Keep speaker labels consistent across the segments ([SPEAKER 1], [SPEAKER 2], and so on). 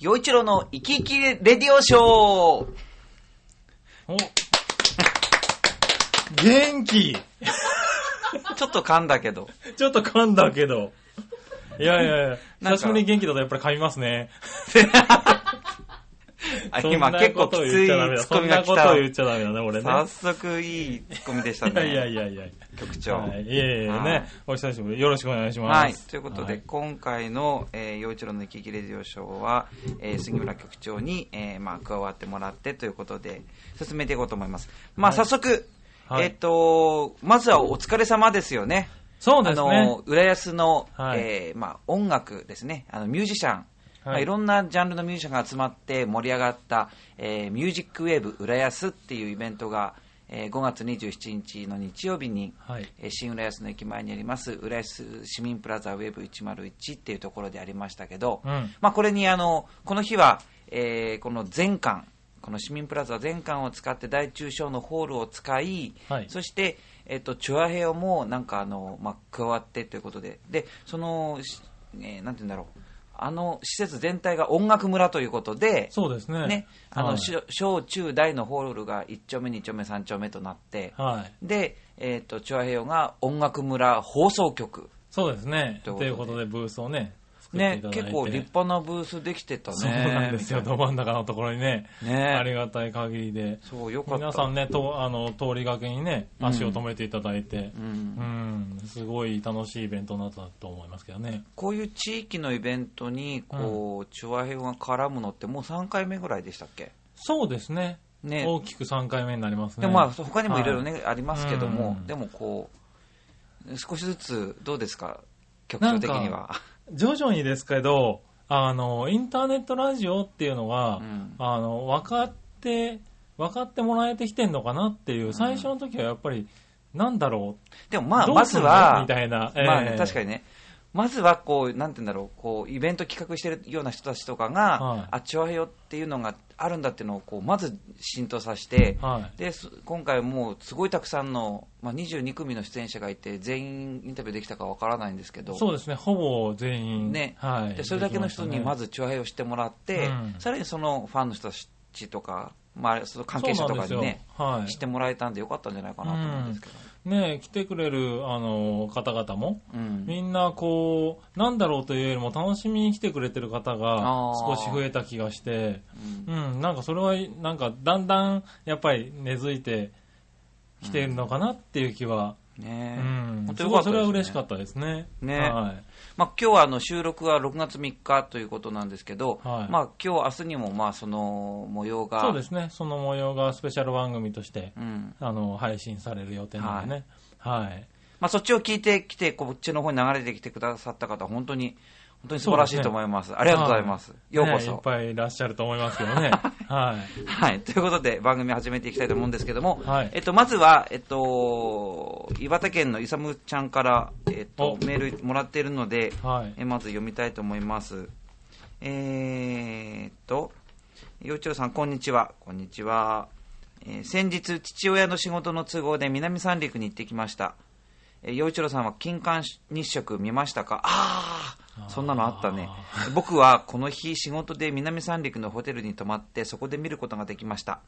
[SPEAKER 1] 陽一郎の生き生きレディオショー
[SPEAKER 2] お元気
[SPEAKER 1] ちょっと噛んだ けど。
[SPEAKER 2] ちょっと噛んだけど。いやいやいや、
[SPEAKER 1] なんか
[SPEAKER 2] 久しぶりに元気だとやっぱり噛みますね。
[SPEAKER 1] あ
[SPEAKER 2] そんな
[SPEAKER 1] 今結構
[SPEAKER 2] こ
[SPEAKER 1] き
[SPEAKER 2] と
[SPEAKER 1] つ
[SPEAKER 2] を
[SPEAKER 1] いツ
[SPEAKER 2] 言っちゃダメだ
[SPEAKER 1] ッコミが
[SPEAKER 2] そ
[SPEAKER 1] 来
[SPEAKER 2] んなこと
[SPEAKER 1] た
[SPEAKER 2] を。言っちゃダメだね、俺ね
[SPEAKER 1] 早。速いいツッコミでしたね。
[SPEAKER 2] いやいやいやいや。
[SPEAKER 1] 局長。
[SPEAKER 2] はい、いえいえ
[SPEAKER 1] は
[SPEAKER 2] ね
[SPEAKER 1] い、
[SPEAKER 2] お久しぶり。よろしくお願いします。
[SPEAKER 1] はい。ということで、
[SPEAKER 2] は
[SPEAKER 1] 今回の、えー、陽一郎の生き生きレディオショーは、えー杉村局長に、えーまあ、加わってもらってということで、進めていこうと思います。まあ、
[SPEAKER 2] はい
[SPEAKER 1] 早速、
[SPEAKER 2] はい
[SPEAKER 1] えっ、と、まずはお疲れ様ですよね。
[SPEAKER 2] そうです
[SPEAKER 1] あ
[SPEAKER 2] ね
[SPEAKER 1] の。浦安の、
[SPEAKER 2] はい
[SPEAKER 1] えーまあ、音楽ですねあのミュージシャン、まあ、
[SPEAKER 2] はい
[SPEAKER 1] いろんなジャンルのミュージシャンが集まって盛り上がった、えーミュージックウェーブ浦安っていうイベントが、えー5月27日の日曜日に、
[SPEAKER 2] はい
[SPEAKER 1] えー新浦安の駅前にあります浦安市民プラザウェーブ101っていうところでありましたけど、
[SPEAKER 2] うん
[SPEAKER 1] まあ、これにあのこの日は、えーこの全館この市民プラザ全館を使って大中小のホールを使い、
[SPEAKER 2] はい
[SPEAKER 1] そして、えっとチュアヘオもなんかあの、まあ、加わってということででその、しえーなんて言うんだろうあの施設全体が音楽村ということで
[SPEAKER 2] そうですね。
[SPEAKER 1] ね、あ
[SPEAKER 2] は
[SPEAKER 1] の
[SPEAKER 2] い
[SPEAKER 1] しょ小中大のホールが1丁目2丁目3丁目となって、
[SPEAKER 2] はい。
[SPEAKER 1] で、えっとチュアヘオが音楽村放送局、
[SPEAKER 2] そうですね。
[SPEAKER 1] ということとで
[SPEAKER 2] いうことで、ブースをね、作ってい
[SPEAKER 1] ね
[SPEAKER 2] ただい、て。
[SPEAKER 1] 結構立派なブースできてたね
[SPEAKER 2] そうなんですよ、
[SPEAKER 1] みたい
[SPEAKER 2] ど真ん中のところにね、
[SPEAKER 1] ね
[SPEAKER 2] ありがたい限りで。
[SPEAKER 1] なそうよかった
[SPEAKER 2] 皆さんね、とあの通りがけにね、
[SPEAKER 1] うん
[SPEAKER 2] 足を止めていただいて、
[SPEAKER 1] う
[SPEAKER 2] うんん、すごい楽しいイベントになったと思いますけどね。
[SPEAKER 1] こういう地域のイベントにこう、チュアヘオが絡むのってもう3回目ぐらいでしたっけ
[SPEAKER 2] そうですね。
[SPEAKER 1] ね
[SPEAKER 2] 大きく3回目になりますね。
[SPEAKER 1] でもまあ他にもいろいろね、ありますけども、
[SPEAKER 2] うん
[SPEAKER 1] でもこう少しずつどうですか局長的には
[SPEAKER 2] 徐々にですけど、あの、インターネットラジオっていうのは、
[SPEAKER 1] うん
[SPEAKER 2] あの、分かって、分かってもらえてきてんのかなっていう、最初の時はやっぱり、なんだろう、
[SPEAKER 1] でもまあ
[SPEAKER 2] ど
[SPEAKER 1] ま
[SPEAKER 2] うす
[SPEAKER 1] ず
[SPEAKER 2] んの
[SPEAKER 1] は
[SPEAKER 2] みたいな。
[SPEAKER 1] まあね、確か
[SPEAKER 2] に。
[SPEAKER 1] にねまずはこうなんて言うんだろうこうイベント企画してるような人たちとかが、
[SPEAKER 2] はい
[SPEAKER 1] あチュアヘオっていうのがあるんだっていうのをこうまず浸透させて、
[SPEAKER 2] はい。
[SPEAKER 1] です今回もうすごいたくさんの、まあ、22組の出演者がいて全員インタビューできたかわからないんですけど
[SPEAKER 2] そうですね、ほぼ全員。
[SPEAKER 1] ね
[SPEAKER 2] はい。
[SPEAKER 1] でそれだけの人にま
[SPEAKER 2] ず
[SPEAKER 1] ずチュアヘイをしてもらって、
[SPEAKER 2] うん
[SPEAKER 1] さらにそのファンの人たちとか、まあ、その関係者とかにね、
[SPEAKER 2] は
[SPEAKER 1] してもらえたんでよかったんじゃないかなと思うんですけど、
[SPEAKER 2] い。ね来てくれる、あの、方々も、
[SPEAKER 1] うん
[SPEAKER 2] みんなこう、なんだろうというよりも楽しみに来てくれてる方
[SPEAKER 1] あ
[SPEAKER 2] が
[SPEAKER 1] ー
[SPEAKER 2] 少し増えた気がして、
[SPEAKER 1] うん
[SPEAKER 2] うん、なんかそれは、なんかだんだんやっぱり根付いてきているのかなっていう気は、う
[SPEAKER 1] ねえ
[SPEAKER 2] ん、
[SPEAKER 1] 本当
[SPEAKER 2] す
[SPEAKER 1] よ
[SPEAKER 2] ご
[SPEAKER 1] か
[SPEAKER 2] い
[SPEAKER 1] ったで
[SPEAKER 2] そ
[SPEAKER 1] すね
[SPEAKER 2] れは嬉しかったですね。
[SPEAKER 1] ね
[SPEAKER 2] はい。
[SPEAKER 1] まあ、今日はあの収録は6月3日ということなんですけど、
[SPEAKER 2] はい
[SPEAKER 1] まあ、今日明日にもまあその模様が
[SPEAKER 2] そうですね、その模様がスペシャル番組として、
[SPEAKER 1] うん
[SPEAKER 2] あの、配信される予定なのでね。はい
[SPEAKER 1] まあ、そっちを聞いてきてこっちの方に流れてきてくださった方本当に本当に素晴らしいと思いますありがとうございます、ようこそ、
[SPEAKER 2] ねいっぱいいらっしゃると思いますけど ね。はい。
[SPEAKER 1] はい、ということで番組始めていきたいと思うんですけども、
[SPEAKER 2] はい
[SPEAKER 1] えっと、まずは、えっと、岩手県のイサムちゃんから、えっと、
[SPEAKER 2] お
[SPEAKER 1] メールもらっているので、
[SPEAKER 2] はい
[SPEAKER 1] えまず読みたいと思いますえーっと幼稚園さんこんにちはこんにちは、えー先日父親の仕事の都合で南三陸に行ってきましたえー陽一郎さんは金環日食見ましたかああそんなのあったね 僕はこの日仕事で南三陸のホテルに泊まってそこで見ることができました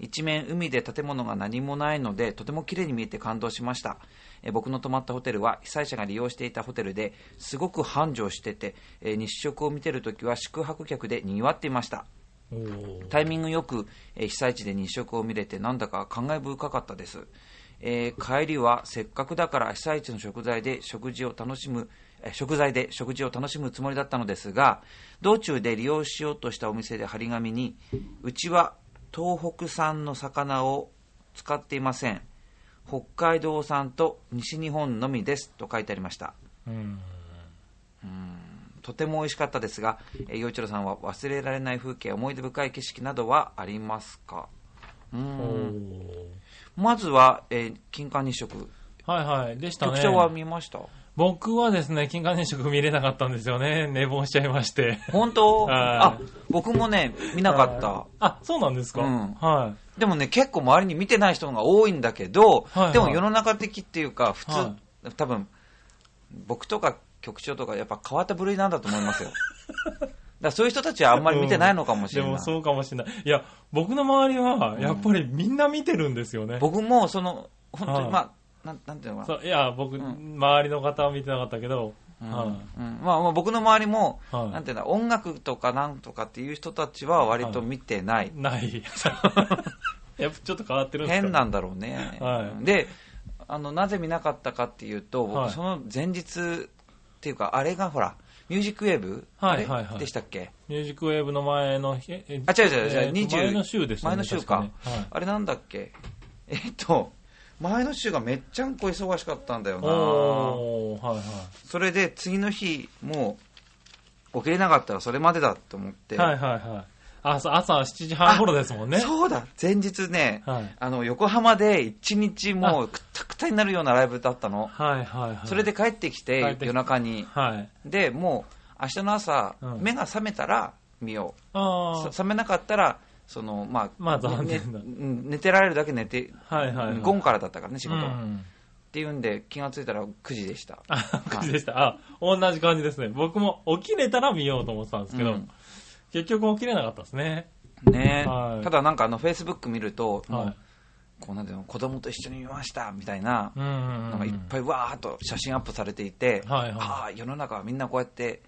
[SPEAKER 1] 一面海で建物が何もないのでとても綺麗に見えて感動しましたえー僕の泊まったホテルは被災者が利用していたホテルですごく繁盛しててえー日食を見てるときは宿泊客でにぎわっていました
[SPEAKER 2] おー
[SPEAKER 1] タイミングよく、えー被災地で日食を見れてなんだか感慨深かったです、えー帰りはせっかくだから被災地の食材で食事を楽しむえー食材で食事を楽しむつもりだったのですが道中で利用しようとしたお店で張り紙にうちは東北産の魚を使っていません北海道産と西日本のみですと書いてありました
[SPEAKER 2] うん。
[SPEAKER 1] とても美味しかったですが、えー、陽一郎さんは忘れられない風景、思い出深い景色などはありますかうー
[SPEAKER 2] お
[SPEAKER 1] ん
[SPEAKER 2] ー
[SPEAKER 1] まずは、えー金環日食、
[SPEAKER 2] はいはい。でしたね。
[SPEAKER 1] 局長は見ました。
[SPEAKER 2] 僕はですね、金環日食見れなかったんですよね。寝坊しちゃいまして。
[SPEAKER 1] 本当あ
[SPEAKER 2] はい
[SPEAKER 1] 僕もね、見なかった。
[SPEAKER 2] あ、そうなんですか、
[SPEAKER 1] うん
[SPEAKER 2] は
[SPEAKER 1] でもね、結構周りに見てない人の方が多いんだけど、
[SPEAKER 2] はいはい
[SPEAKER 1] でも世の中的っていうか、普通、
[SPEAKER 2] は
[SPEAKER 1] 多 分、僕とか局長とか、やっぱ変わった部類なんだと思いますよ。らそういう人たちはあんまり見てないのかもし
[SPEAKER 2] で
[SPEAKER 1] れない。
[SPEAKER 2] もそうかもしれない。いや、僕の周りは、やっぱりみんな見てるんですよね。
[SPEAKER 1] 僕も、その、本当
[SPEAKER 2] は
[SPEAKER 1] に、
[SPEAKER 2] い
[SPEAKER 1] まあ、なんなんていうのか
[SPEAKER 2] そういや、僕、
[SPEAKER 1] ん
[SPEAKER 2] 周りの方は見てなかったけど、
[SPEAKER 1] な。
[SPEAKER 2] はい
[SPEAKER 1] うんうんまあ、まあ僕の周りも、
[SPEAKER 2] はい
[SPEAKER 1] なんていうんだ、音楽とかなんとかっていう人たちは割と見てない。
[SPEAKER 2] ない。やっぱちょっと変わってるんですか
[SPEAKER 1] 変なんだろうね。
[SPEAKER 2] はい
[SPEAKER 1] であの、なぜ見なかったかっていうと、僕
[SPEAKER 2] はい
[SPEAKER 1] その前日っていうか、あれがほら、ミュージックウェーブ、
[SPEAKER 2] はい
[SPEAKER 1] あれ
[SPEAKER 2] はいはい
[SPEAKER 1] でしたっけ
[SPEAKER 2] ミュージックウェーブの前の日、え
[SPEAKER 1] あ、違う違う違う、
[SPEAKER 2] えー
[SPEAKER 1] 20
[SPEAKER 2] と前の週ですね。
[SPEAKER 1] 前の週
[SPEAKER 2] 確
[SPEAKER 1] か。
[SPEAKER 2] ねはい
[SPEAKER 1] あれなんだっけえっと、前の週がめっちゃんこ忙しかったんだよな。
[SPEAKER 2] おー、はいはい。
[SPEAKER 1] それで次の日、もう起きれなかったらそれまでだと思って。
[SPEAKER 2] はいはいはい。あそう朝7時半頃ですもんね。
[SPEAKER 1] そうだ、前日ね、
[SPEAKER 2] はい
[SPEAKER 1] あの横浜で一日もうくたくたになるようなライブだったの。
[SPEAKER 2] はいはいはい。
[SPEAKER 1] それで、帰ってきて、
[SPEAKER 2] 帰ってきて
[SPEAKER 1] 夜中に。
[SPEAKER 2] はい。
[SPEAKER 1] で、もう明日の朝、
[SPEAKER 2] うん
[SPEAKER 1] 目が覚めたら見よう。
[SPEAKER 2] あ
[SPEAKER 1] さ覚めなかったら、その、まあ、
[SPEAKER 2] まあ残念だ
[SPEAKER 1] ねねうん寝てられるだけ寝て、
[SPEAKER 2] あ、はいはい、はい。
[SPEAKER 1] 午後からだったからね、仕事。
[SPEAKER 2] うん
[SPEAKER 1] っていうんで気がついたら9時でした
[SPEAKER 2] あ、9時でした。あ、同じ感じですね。僕も起きれたら見ようと思ってたんですけ
[SPEAKER 1] う
[SPEAKER 2] ど、
[SPEAKER 1] ん
[SPEAKER 2] 結局起きれなかったですね。
[SPEAKER 1] ね、
[SPEAKER 2] はい
[SPEAKER 1] ただなんかあのフェイスブック見ると、もう
[SPEAKER 2] はい。
[SPEAKER 1] こうなんていうの子供と一緒に見ましたみたいな、
[SPEAKER 2] うんうんうん。
[SPEAKER 1] なんかいっぱいわーっと写真アップされていて、
[SPEAKER 2] はいはい
[SPEAKER 1] ああ世の中はみんなこうやって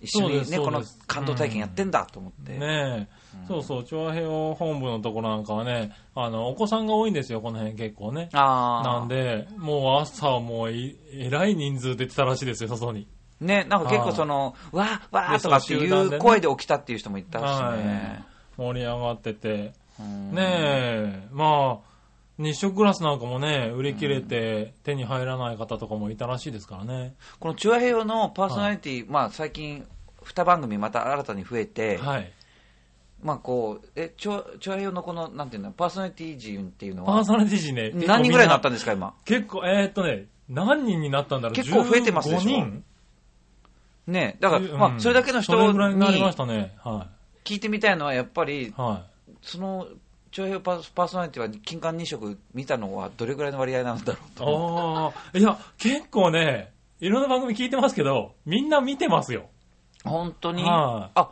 [SPEAKER 1] 一緒に
[SPEAKER 2] そうで
[SPEAKER 1] ね
[SPEAKER 2] す
[SPEAKER 1] こ
[SPEAKER 2] そう
[SPEAKER 1] の
[SPEAKER 2] です
[SPEAKER 1] 感動体験やってんだと思って、
[SPEAKER 2] ねえ、そうそう、調和平和本部のとこなんかはね、あの、お子さんが多いんですよ、この辺結構ね。
[SPEAKER 1] ああ
[SPEAKER 2] なんで、もう朝はもうい、えらい人数出てたらしいですよ、外に。
[SPEAKER 1] ねなんか結構そのわーわーとかって
[SPEAKER 2] で
[SPEAKER 1] い
[SPEAKER 2] その集団で
[SPEAKER 1] う
[SPEAKER 2] ね
[SPEAKER 1] 声で起きたっていう人もいたしね
[SPEAKER 2] は、い。盛り上がってて。
[SPEAKER 1] うん
[SPEAKER 2] ねえ、まあ、日食グラスなんかもね、売り切れて手に入らない方とかもいたらしいですからね。
[SPEAKER 1] この中和平洋のパーソナリティ、まあ最近2番組また新たに増えて、
[SPEAKER 2] はい。
[SPEAKER 1] まあこう、え、チョチョアヘヨのこの、なんていうの、パーソナリティ陣っていうの
[SPEAKER 2] パー
[SPEAKER 1] は、
[SPEAKER 2] ソナリティ陣ね、結構みん
[SPEAKER 1] 何人ぐらいになったんですか、今。
[SPEAKER 2] 結構、えー、っとね、何人になったんだろう
[SPEAKER 1] 結構増えてますでしょ
[SPEAKER 2] 15人
[SPEAKER 1] ねだから、
[SPEAKER 2] うん
[SPEAKER 1] まあ、それだけの人
[SPEAKER 2] それ
[SPEAKER 1] に
[SPEAKER 2] ぐらいになりましたね。は
[SPEAKER 1] 聞いてみたいのは、やっぱり
[SPEAKER 2] い。、はい。
[SPEAKER 1] その、チョアヘヨパーパーソナリティは、金環二色見たのは、どれぐらいの割合なんだろうと。
[SPEAKER 2] ああ、いや、結構ね、いろんな番組聞いてますけど、みんな見てますよ。
[SPEAKER 1] 本当に
[SPEAKER 2] は
[SPEAKER 1] あ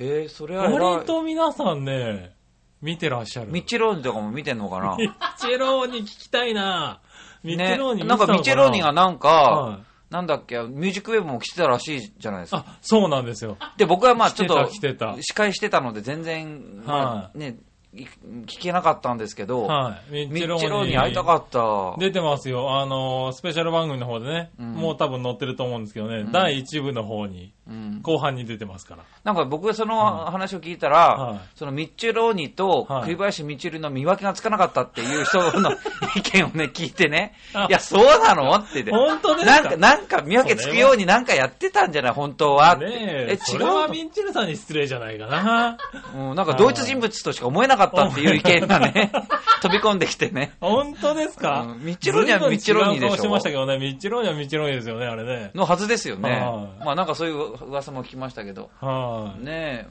[SPEAKER 2] い、
[SPEAKER 1] へえ、それは偉い、
[SPEAKER 2] 割と皆さんね、見てらっしゃる。
[SPEAKER 1] ミッチェローニとかも見てんのかな
[SPEAKER 2] ミッチェローニ聞きたいなミッチェローニ
[SPEAKER 1] ね
[SPEAKER 2] 見て
[SPEAKER 1] なん
[SPEAKER 2] たの
[SPEAKER 1] か
[SPEAKER 2] かな、
[SPEAKER 1] ミッチェローニがなんか、
[SPEAKER 2] はい
[SPEAKER 1] なんだっけ、ミュージックウェブも来てたらしいじゃないですか。
[SPEAKER 2] あ、そうなんですよ。
[SPEAKER 1] で、僕はまあちょっと
[SPEAKER 2] 来てた来てた、
[SPEAKER 1] 司会してたので全然、まあね、い聞けなかったんですけど、
[SPEAKER 2] はい。ミ
[SPEAKER 1] ミッチェローに会いたかった。
[SPEAKER 2] 出てますよ。あのー、スペシャル番組の方でね、
[SPEAKER 1] ん
[SPEAKER 2] もう多分載ってると思うんですけどね、第1部の方に、
[SPEAKER 1] うん、
[SPEAKER 2] 後半に出てますから。
[SPEAKER 1] なんか僕がその話を聞いた
[SPEAKER 2] は
[SPEAKER 1] ら
[SPEAKER 2] い、
[SPEAKER 1] そのミッチェローニと
[SPEAKER 2] はい
[SPEAKER 1] 栗林ミッチェルの見分けがつかなかったっていう人 の意見をね、聞いてね
[SPEAKER 2] あ、
[SPEAKER 1] いや、そうなのって言って。
[SPEAKER 2] 本当です
[SPEAKER 1] な
[SPEAKER 2] か
[SPEAKER 1] んか、なんか見分けつくようになんかやってたんじゃない本当はって。
[SPEAKER 2] ね
[SPEAKER 1] え、
[SPEAKER 2] え、
[SPEAKER 1] 違
[SPEAKER 2] そうれは
[SPEAKER 1] の
[SPEAKER 2] ミッチェルさんに失礼じゃない かな。
[SPEAKER 1] うん、なんか同一人物としか思えなかったっていう意見がね、 飛び込んできてね。
[SPEAKER 2] 本当ですか、
[SPEAKER 1] うんミッチェローニはミッチェローニでしょ
[SPEAKER 2] 随分違う顔してましたけどね、ミッチェローニはミッチェローニですよね、あれね。
[SPEAKER 1] のはずですよね
[SPEAKER 2] は。い
[SPEAKER 1] まあなんかそういう噂も聞きましたけど。
[SPEAKER 2] はい、
[SPEAKER 1] ね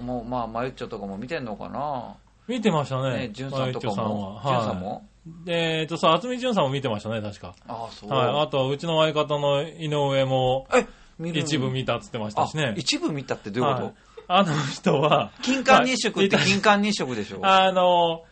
[SPEAKER 1] え、もうまあ、マユッチョとかも見てんのかな。
[SPEAKER 2] 見てましたね。
[SPEAKER 1] ねジュンさんとかも
[SPEAKER 2] マユッチョ
[SPEAKER 1] ジュンさ
[SPEAKER 2] さんは。はい
[SPEAKER 1] んも
[SPEAKER 2] えーっと、そう、渥美ジュンさんも見てましたね、確か。
[SPEAKER 1] ああ、そう。
[SPEAKER 2] はい。あと、うちの相方の井上も、
[SPEAKER 1] え、見る
[SPEAKER 2] 一部見たっつってました
[SPEAKER 1] あ
[SPEAKER 2] しね。
[SPEAKER 1] 一部見たってどういうこと、
[SPEAKER 2] はいあの人は、
[SPEAKER 1] 金環日食って
[SPEAKER 2] はい
[SPEAKER 1] 金環日食でしょ
[SPEAKER 2] あの、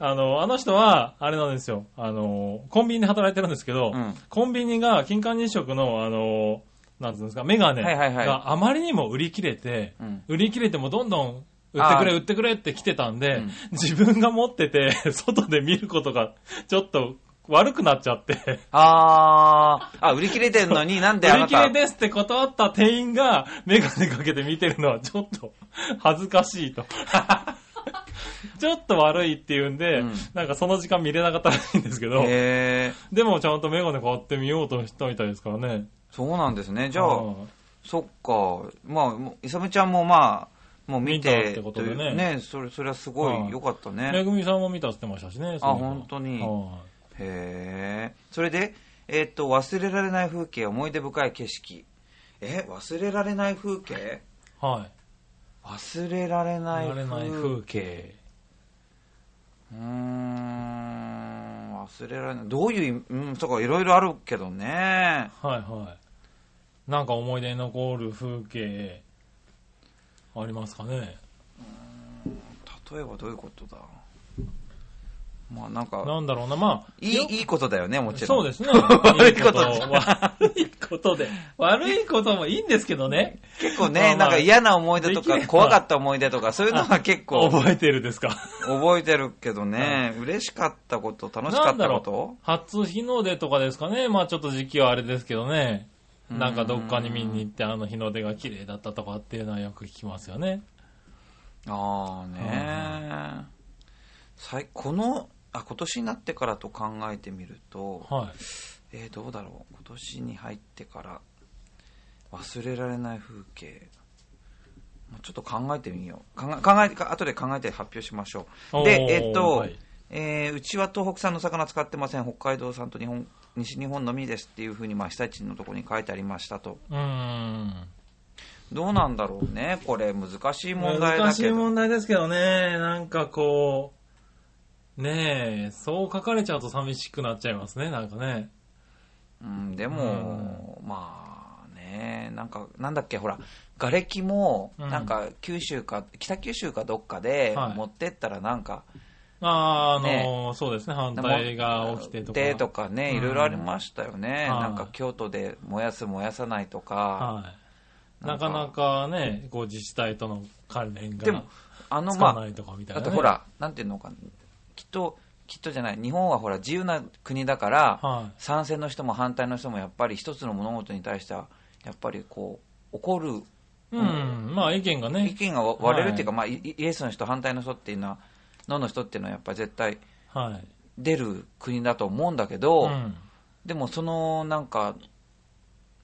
[SPEAKER 2] あの、あの人は、あれなんですよ。あの、コンビニで働いてるんですけど、
[SPEAKER 1] うん
[SPEAKER 2] コンビニが、金環日食の、あの、なんつうんですか、メガネ
[SPEAKER 1] はいはいはい
[SPEAKER 2] があまりにも売り切れて、
[SPEAKER 1] うん
[SPEAKER 2] 売り切れてもどんどん、売ってくれ、
[SPEAKER 1] あー
[SPEAKER 2] 売ってくれって来てたんで、
[SPEAKER 1] うん
[SPEAKER 2] 自分が持ってて、 外で見ることが、ちょっと悪くなっちゃって、
[SPEAKER 1] あーあ、売り切れてんの になんであ
[SPEAKER 2] 売り
[SPEAKER 1] な
[SPEAKER 2] 切れ
[SPEAKER 1] た。
[SPEAKER 2] ですって断った店員が、メガネかけて見てるのはちょっと恥ずかしいと。 ちょっと悪いっていうんで、
[SPEAKER 1] うん
[SPEAKER 2] なんかその時間見れなかったらしいんですけど、
[SPEAKER 1] へえ、
[SPEAKER 2] でもちゃんとメガネ買ってみようとしたみたいですからね。
[SPEAKER 1] そうなんですね。じゃ
[SPEAKER 2] う
[SPEAKER 1] あ、
[SPEAKER 2] ん
[SPEAKER 1] そっか。まあ、もうイサムちゃんもまあ、もう見、
[SPEAKER 2] 見たっててことでね
[SPEAKER 1] いうね、それ、それはすごい良かったね。
[SPEAKER 2] めぐみさんも見たって言ってましたしね。
[SPEAKER 1] あ
[SPEAKER 2] そういえば
[SPEAKER 1] 本当に
[SPEAKER 2] は
[SPEAKER 1] へえ。それで、えーっと、忘れられない風景、思い出深い景色。え、忘れられない風景
[SPEAKER 2] い。はい。
[SPEAKER 1] 忘れられない
[SPEAKER 2] 慣れない風景。
[SPEAKER 1] うーん、忘れられない。どういう、うん、そうか、いろいろあるけどね。
[SPEAKER 2] はいはい。なんか思い出に残る風景。ありますかね。
[SPEAKER 1] 例えばどういうことだまあなんか、
[SPEAKER 2] なんだろうな、まあ、
[SPEAKER 1] いい、いいことだよね、もちろん。。
[SPEAKER 2] そうですすね。
[SPEAKER 1] 悪いことじゃ
[SPEAKER 2] 悪いことで。悪いこともいいんですけどね。
[SPEAKER 1] 結構
[SPEAKER 2] まあま
[SPEAKER 1] ね、
[SPEAKER 2] あ
[SPEAKER 1] なんか嫌な思い出と
[SPEAKER 2] できれ
[SPEAKER 1] か、
[SPEAKER 2] ば
[SPEAKER 1] 怖かった思い出とか、そういうのは結構
[SPEAKER 2] 覚えてるですか。
[SPEAKER 1] 覚えてるけどね、嬉しかったこと、楽しか
[SPEAKER 2] なん
[SPEAKER 1] った
[SPEAKER 2] だ
[SPEAKER 1] こ
[SPEAKER 2] ろ
[SPEAKER 1] と
[SPEAKER 2] う。初日の出とかですかね。まあちょっと時期はあれですけどね。なんかどっかに見に行ってあの日の出が綺麗だったとかっていうのはよく聞きますよね。
[SPEAKER 1] ああね最このあ今年になってからと考えてみると、
[SPEAKER 2] はい。
[SPEAKER 1] えーどうだろう今年に入ってから忘れられない風景もうちょっと考えてみよう考え考えか後で考えて発表しましょうで
[SPEAKER 2] おー
[SPEAKER 1] えっと、
[SPEAKER 2] はい
[SPEAKER 1] えーうちは東北産の魚使ってません北海道産と日本西日本のみですっていうふうに、まあ、被災地のところに書いてありましたと
[SPEAKER 2] うーん。
[SPEAKER 1] どうなんだろうねこれ難しい問題だ
[SPEAKER 2] 難し
[SPEAKER 1] け
[SPEAKER 2] い
[SPEAKER 1] ど
[SPEAKER 2] 問題ですけどね。なんかこう、ねえ、そう書かれちゃうと寂しくなっちゃいますね、なんかね。
[SPEAKER 1] うん、でも、まあね、なんか、なんだっけ、ほら、瓦礫も、
[SPEAKER 2] うん
[SPEAKER 1] なんか、九州か、北九州かどっかで
[SPEAKER 2] はい
[SPEAKER 1] 持ってったら、なんか、
[SPEAKER 2] あーあの
[SPEAKER 1] ね
[SPEAKER 2] そうですね、反対が起きてとか。
[SPEAKER 1] でとかね、
[SPEAKER 2] うん
[SPEAKER 1] いろいろありましたよね。
[SPEAKER 2] はい
[SPEAKER 1] なんか、京都で燃やす、燃やさないとか。
[SPEAKER 2] はい。なかなかね、こう自治体との関連
[SPEAKER 1] でも
[SPEAKER 2] が、
[SPEAKER 1] あの、
[SPEAKER 2] つか
[SPEAKER 1] ま
[SPEAKER 2] ないとかみ
[SPEAKER 1] あ、
[SPEAKER 2] た
[SPEAKER 1] だ
[SPEAKER 2] いな、
[SPEAKER 1] っ
[SPEAKER 2] ね。
[SPEAKER 1] てほら、なんていうのかな、きっと、きっとじゃない、日本はほら、自由な国だから、
[SPEAKER 2] は
[SPEAKER 1] 賛成の人も反対の人も、やっぱり一つの物事に対しては、やっぱりこう、怒る
[SPEAKER 2] い。うん、まあ意見が
[SPEAKER 1] 意
[SPEAKER 2] ね、
[SPEAKER 1] 見が割れるっていうか、まあ、イイエスの人、反対の人っていうのは、ノーの人っていうのは、やっぱり絶対
[SPEAKER 2] はい。
[SPEAKER 1] 出る国だと思うんだけど、
[SPEAKER 2] うん。
[SPEAKER 1] でもそのなんか、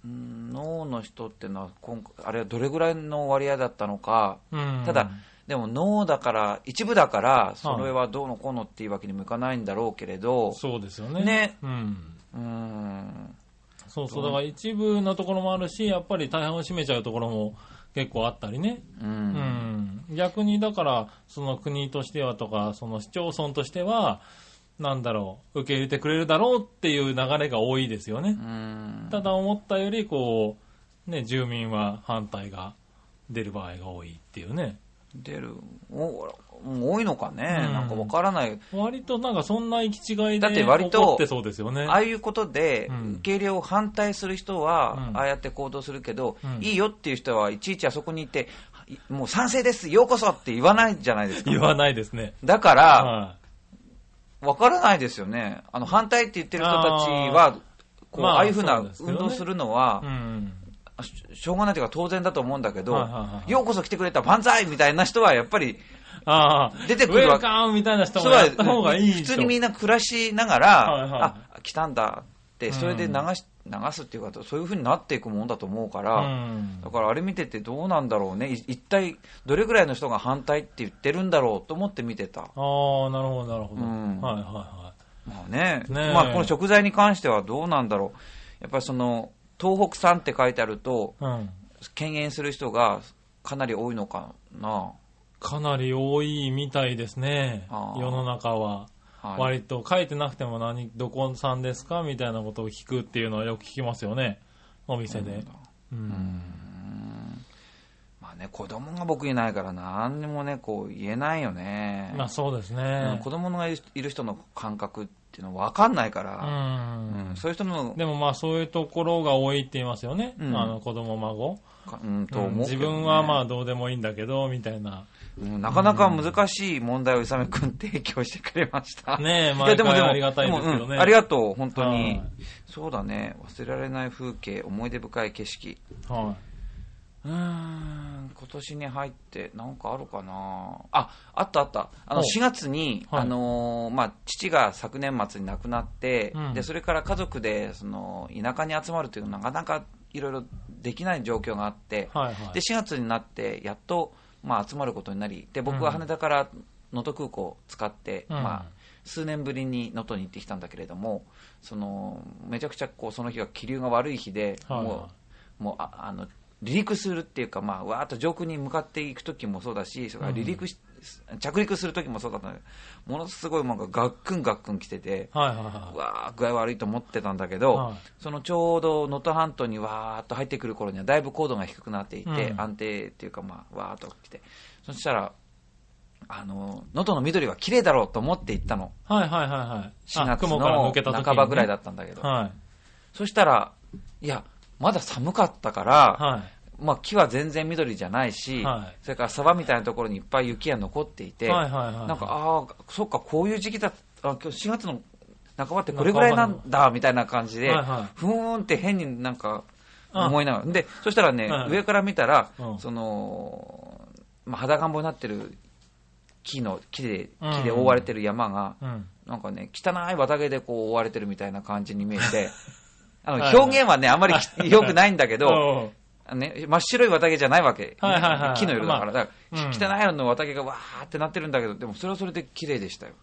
[SPEAKER 1] うんノーの人っていうのは今回、あれはどれぐらいの割合だったのか、
[SPEAKER 2] うん
[SPEAKER 1] ただ、でもノーだから、一部だから、それはどうのこうのっていうわけにもいかないんだろうけれど、
[SPEAKER 2] そうですよね。
[SPEAKER 1] ね。
[SPEAKER 2] うん。
[SPEAKER 1] うん、
[SPEAKER 2] そうそう、だから一部のところもあるし、やっぱり大半を占めちゃうところも結構あったりね。
[SPEAKER 1] う、
[SPEAKER 2] うんん。逆にだから、その国としてはとか、その市町村としては、なんだろう、受け入れてくれるだろうっていう流れが多いですよね
[SPEAKER 1] う。ん、
[SPEAKER 2] ただ思ったより、こう、ね、住民は反対が出る場合が多いっていうね。
[SPEAKER 1] 出る、お多いのかね、
[SPEAKER 2] うん
[SPEAKER 1] なんかわからない。
[SPEAKER 2] 割となんかそんな行き違いで
[SPEAKER 1] だって割と
[SPEAKER 2] 怒ってそうですよね。
[SPEAKER 1] ああいうことで、
[SPEAKER 2] うん
[SPEAKER 1] 受け入れを反対する人は
[SPEAKER 2] う、ん
[SPEAKER 1] ああやって行動するけど、
[SPEAKER 2] うん
[SPEAKER 1] いいよっていう人はいちいちあそこにいて、いもう賛成です、ようこそって言わないじゃないですか。
[SPEAKER 2] 言わないですね。
[SPEAKER 1] だから、
[SPEAKER 2] は
[SPEAKER 1] わからないですよね。あの、反対って言ってる人たちは、こう、
[SPEAKER 2] まあ
[SPEAKER 1] ああいうふうな
[SPEAKER 2] そうですけど
[SPEAKER 1] 運
[SPEAKER 2] ね。
[SPEAKER 1] 動するのはい
[SPEAKER 2] う、ん。
[SPEAKER 1] ししょうがないというか当然だと思うんだけど、
[SPEAKER 2] はいはいはい
[SPEAKER 1] ようこそ来てくれた万歳みたいな人はやっぱり、
[SPEAKER 2] ああ、
[SPEAKER 1] 出てくるわ
[SPEAKER 2] ウェルカムみたいな人
[SPEAKER 1] そ
[SPEAKER 2] も
[SPEAKER 1] れは
[SPEAKER 2] やった方がいい
[SPEAKER 1] 普
[SPEAKER 2] と
[SPEAKER 1] 通にみんな暮らしながら、
[SPEAKER 2] はいはい
[SPEAKER 1] あ、来たんだって、それで流し、流すっていうか、そういうふうになっていくもんだと思うから、
[SPEAKER 2] うん
[SPEAKER 1] だからあれ見ててどうなんだろうね、い一体どれぐらいの人が反対って言ってるんだろうと思って見てた。
[SPEAKER 2] ああ、なるほど、なるほど。
[SPEAKER 1] うん
[SPEAKER 2] はいはいは
[SPEAKER 1] まあね、
[SPEAKER 2] ねえ
[SPEAKER 1] まあこの食材に関してはどうなんだろう。やっぱりその、東北産って書いてあると、
[SPEAKER 2] い。うん。
[SPEAKER 1] 敬遠する人がかなり多いのかな。
[SPEAKER 2] かなり多いみたいですね。
[SPEAKER 1] あー
[SPEAKER 2] 世の中は。
[SPEAKER 1] はい
[SPEAKER 2] 割と書いてなくても何、どこさんですかみたいなことを聞くっていうのはよく聞きますよね。お店で。うん。
[SPEAKER 1] まあね、子供が僕いないから何にもね、こう言えないよね。
[SPEAKER 2] まあそうです
[SPEAKER 1] うん
[SPEAKER 2] ね
[SPEAKER 1] 子。供がいるいる人の感覚っていうの分かんないか
[SPEAKER 2] う
[SPEAKER 1] ら、
[SPEAKER 2] ん。
[SPEAKER 1] うんそういう人の、
[SPEAKER 2] でもまあそういうところが多いって言いますよね。
[SPEAKER 1] うん
[SPEAKER 2] あの子供孫、
[SPEAKER 1] かうん、と思うけ
[SPEAKER 2] 自
[SPEAKER 1] どね、
[SPEAKER 2] 分はまあどうでもいいんだけど、みたいな。
[SPEAKER 1] うんなかなか難しい問題を宇佐美くん提供してくれました。
[SPEAKER 2] ねえ、
[SPEAKER 1] いや
[SPEAKER 2] 毎
[SPEAKER 1] でもで
[SPEAKER 2] 回
[SPEAKER 1] も
[SPEAKER 2] ありがたいですけど
[SPEAKER 1] もう
[SPEAKER 2] ね。
[SPEAKER 1] んありがとう、本当
[SPEAKER 2] は
[SPEAKER 1] に
[SPEAKER 2] い。
[SPEAKER 1] そうだね、忘れられない風景、思い出深い景色。
[SPEAKER 2] は
[SPEAKER 1] うーん、今年に入って、なんかあるかなあ、あったあった。あの、
[SPEAKER 2] ほう
[SPEAKER 1] 4月に、
[SPEAKER 2] はい
[SPEAKER 1] あのーまあ、父が昨年末に亡くなって、
[SPEAKER 2] うん
[SPEAKER 1] で、それから家族で、その、田舎に集まるというのはなかなかいろいろできない状況があって、
[SPEAKER 2] い。はいはい。
[SPEAKER 1] で4月になってやっと、まあ、集まることになりで僕は羽田から能登空港を使って、
[SPEAKER 2] うん
[SPEAKER 1] まあ、数年ぶりに能登に行ってきたんだけれどもそのめちゃくちゃこうその日が気流が悪い日で、
[SPEAKER 2] はい
[SPEAKER 1] もうもうああの離陸するっていうか、まあ、わーっと上空に向かっていく時もそうだしそれから離陸し着陸する時もそうだったんだけどものすごいなんかガックンガックン来てて
[SPEAKER 2] はいはいは
[SPEAKER 1] う
[SPEAKER 2] い。
[SPEAKER 1] わー具合悪いと思ってたんだけど、
[SPEAKER 2] はい
[SPEAKER 1] そのちょうど能登半島にわーっと入ってくる頃にはだいぶ高度が低くなっていて、
[SPEAKER 2] うん
[SPEAKER 1] 安定っていうか、まあ、わーっと来てそしたらあの能登の緑は綺麗だろうと思って行ったの
[SPEAKER 2] はいはいはいはい。
[SPEAKER 1] 4
[SPEAKER 2] あ
[SPEAKER 1] 月
[SPEAKER 2] 雲から抜けた時
[SPEAKER 1] の
[SPEAKER 2] にね
[SPEAKER 1] 半ばぐらいだったんだけど、
[SPEAKER 2] は
[SPEAKER 1] そしたらいやまだ寒かったから、
[SPEAKER 2] い。は
[SPEAKER 1] まあ、木は全然緑じゃないし、
[SPEAKER 2] はい
[SPEAKER 1] それから沢みたいなところにいっぱい雪が残ってい
[SPEAKER 2] い。
[SPEAKER 1] て、
[SPEAKER 2] はいはいはい。
[SPEAKER 1] なんか、ああ、そっか、こういう時期だあ今日4月の半ばってこれぐらいなんだ、みたいな感じで、
[SPEAKER 2] はいはい
[SPEAKER 1] ふーんって変になんか
[SPEAKER 2] あ
[SPEAKER 1] 思いながら、で、そしたらね、
[SPEAKER 2] はい
[SPEAKER 1] 上から見たら、
[SPEAKER 2] うん
[SPEAKER 1] その、まあ、裸んぼになってる木の、木で、
[SPEAKER 2] うん
[SPEAKER 1] 木で覆われてる山が、
[SPEAKER 2] うん。
[SPEAKER 1] なんかね、汚い綿毛でこう覆われてるみたいな感じに見え て、あ
[SPEAKER 2] は
[SPEAKER 1] の
[SPEAKER 2] いはい
[SPEAKER 1] 表現はね、あまりき良くないんだけど、
[SPEAKER 2] うん
[SPEAKER 1] ね、真っ白い綿毛じゃないわけ、
[SPEAKER 2] はいはいはい
[SPEAKER 1] 木の色だから、だから
[SPEAKER 2] うん
[SPEAKER 1] 汚い色の綿毛がわーってなってるんだけど、でもそれはそれで綺麗でしたよ。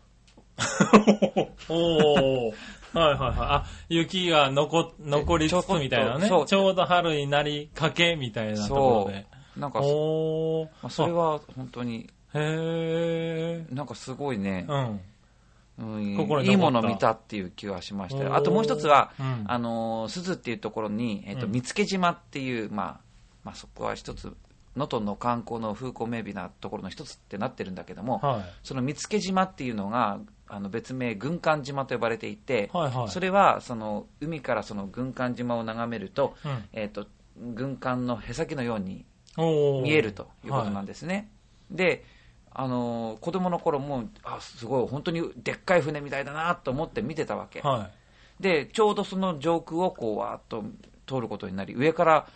[SPEAKER 2] おお。はいはいはい。あ、雪が残、残りつつみたいなね。
[SPEAKER 1] ちょこっとそう
[SPEAKER 2] ちょうど春になりかけみたいなところで。
[SPEAKER 1] なんか、ま
[SPEAKER 2] おお。
[SPEAKER 1] あ、それは本当に、
[SPEAKER 2] あ。へえ。
[SPEAKER 1] なんかすごいね
[SPEAKER 2] う、ん。
[SPEAKER 1] うん
[SPEAKER 2] 心に残った
[SPEAKER 1] いいもの見たっていう気はしました
[SPEAKER 2] お
[SPEAKER 1] よ。
[SPEAKER 2] ー
[SPEAKER 1] あともう一つは、
[SPEAKER 2] うん
[SPEAKER 1] あのー、鈴っていうところに、えっと、
[SPEAKER 2] うん
[SPEAKER 1] 見附島っていう、まあ、まあそこは一つ、能登の観光の風光明媚なところの一つってなってるんだけども、
[SPEAKER 2] は
[SPEAKER 1] その見附島っていうのが、あの別名、軍艦島と呼ばれていて
[SPEAKER 2] い。、はいはい。
[SPEAKER 1] それはその海からその軍艦島を眺めると,、
[SPEAKER 2] うん
[SPEAKER 1] えー、と軍艦のへさきのように
[SPEAKER 2] おー
[SPEAKER 1] 見えるということなんですね。であのー子供の頃もあすごい本当にでっかい船みたいだなと思って見てたわけ、
[SPEAKER 2] はい。はい
[SPEAKER 1] でちょうどその上空をこうわーっと通ることになり上から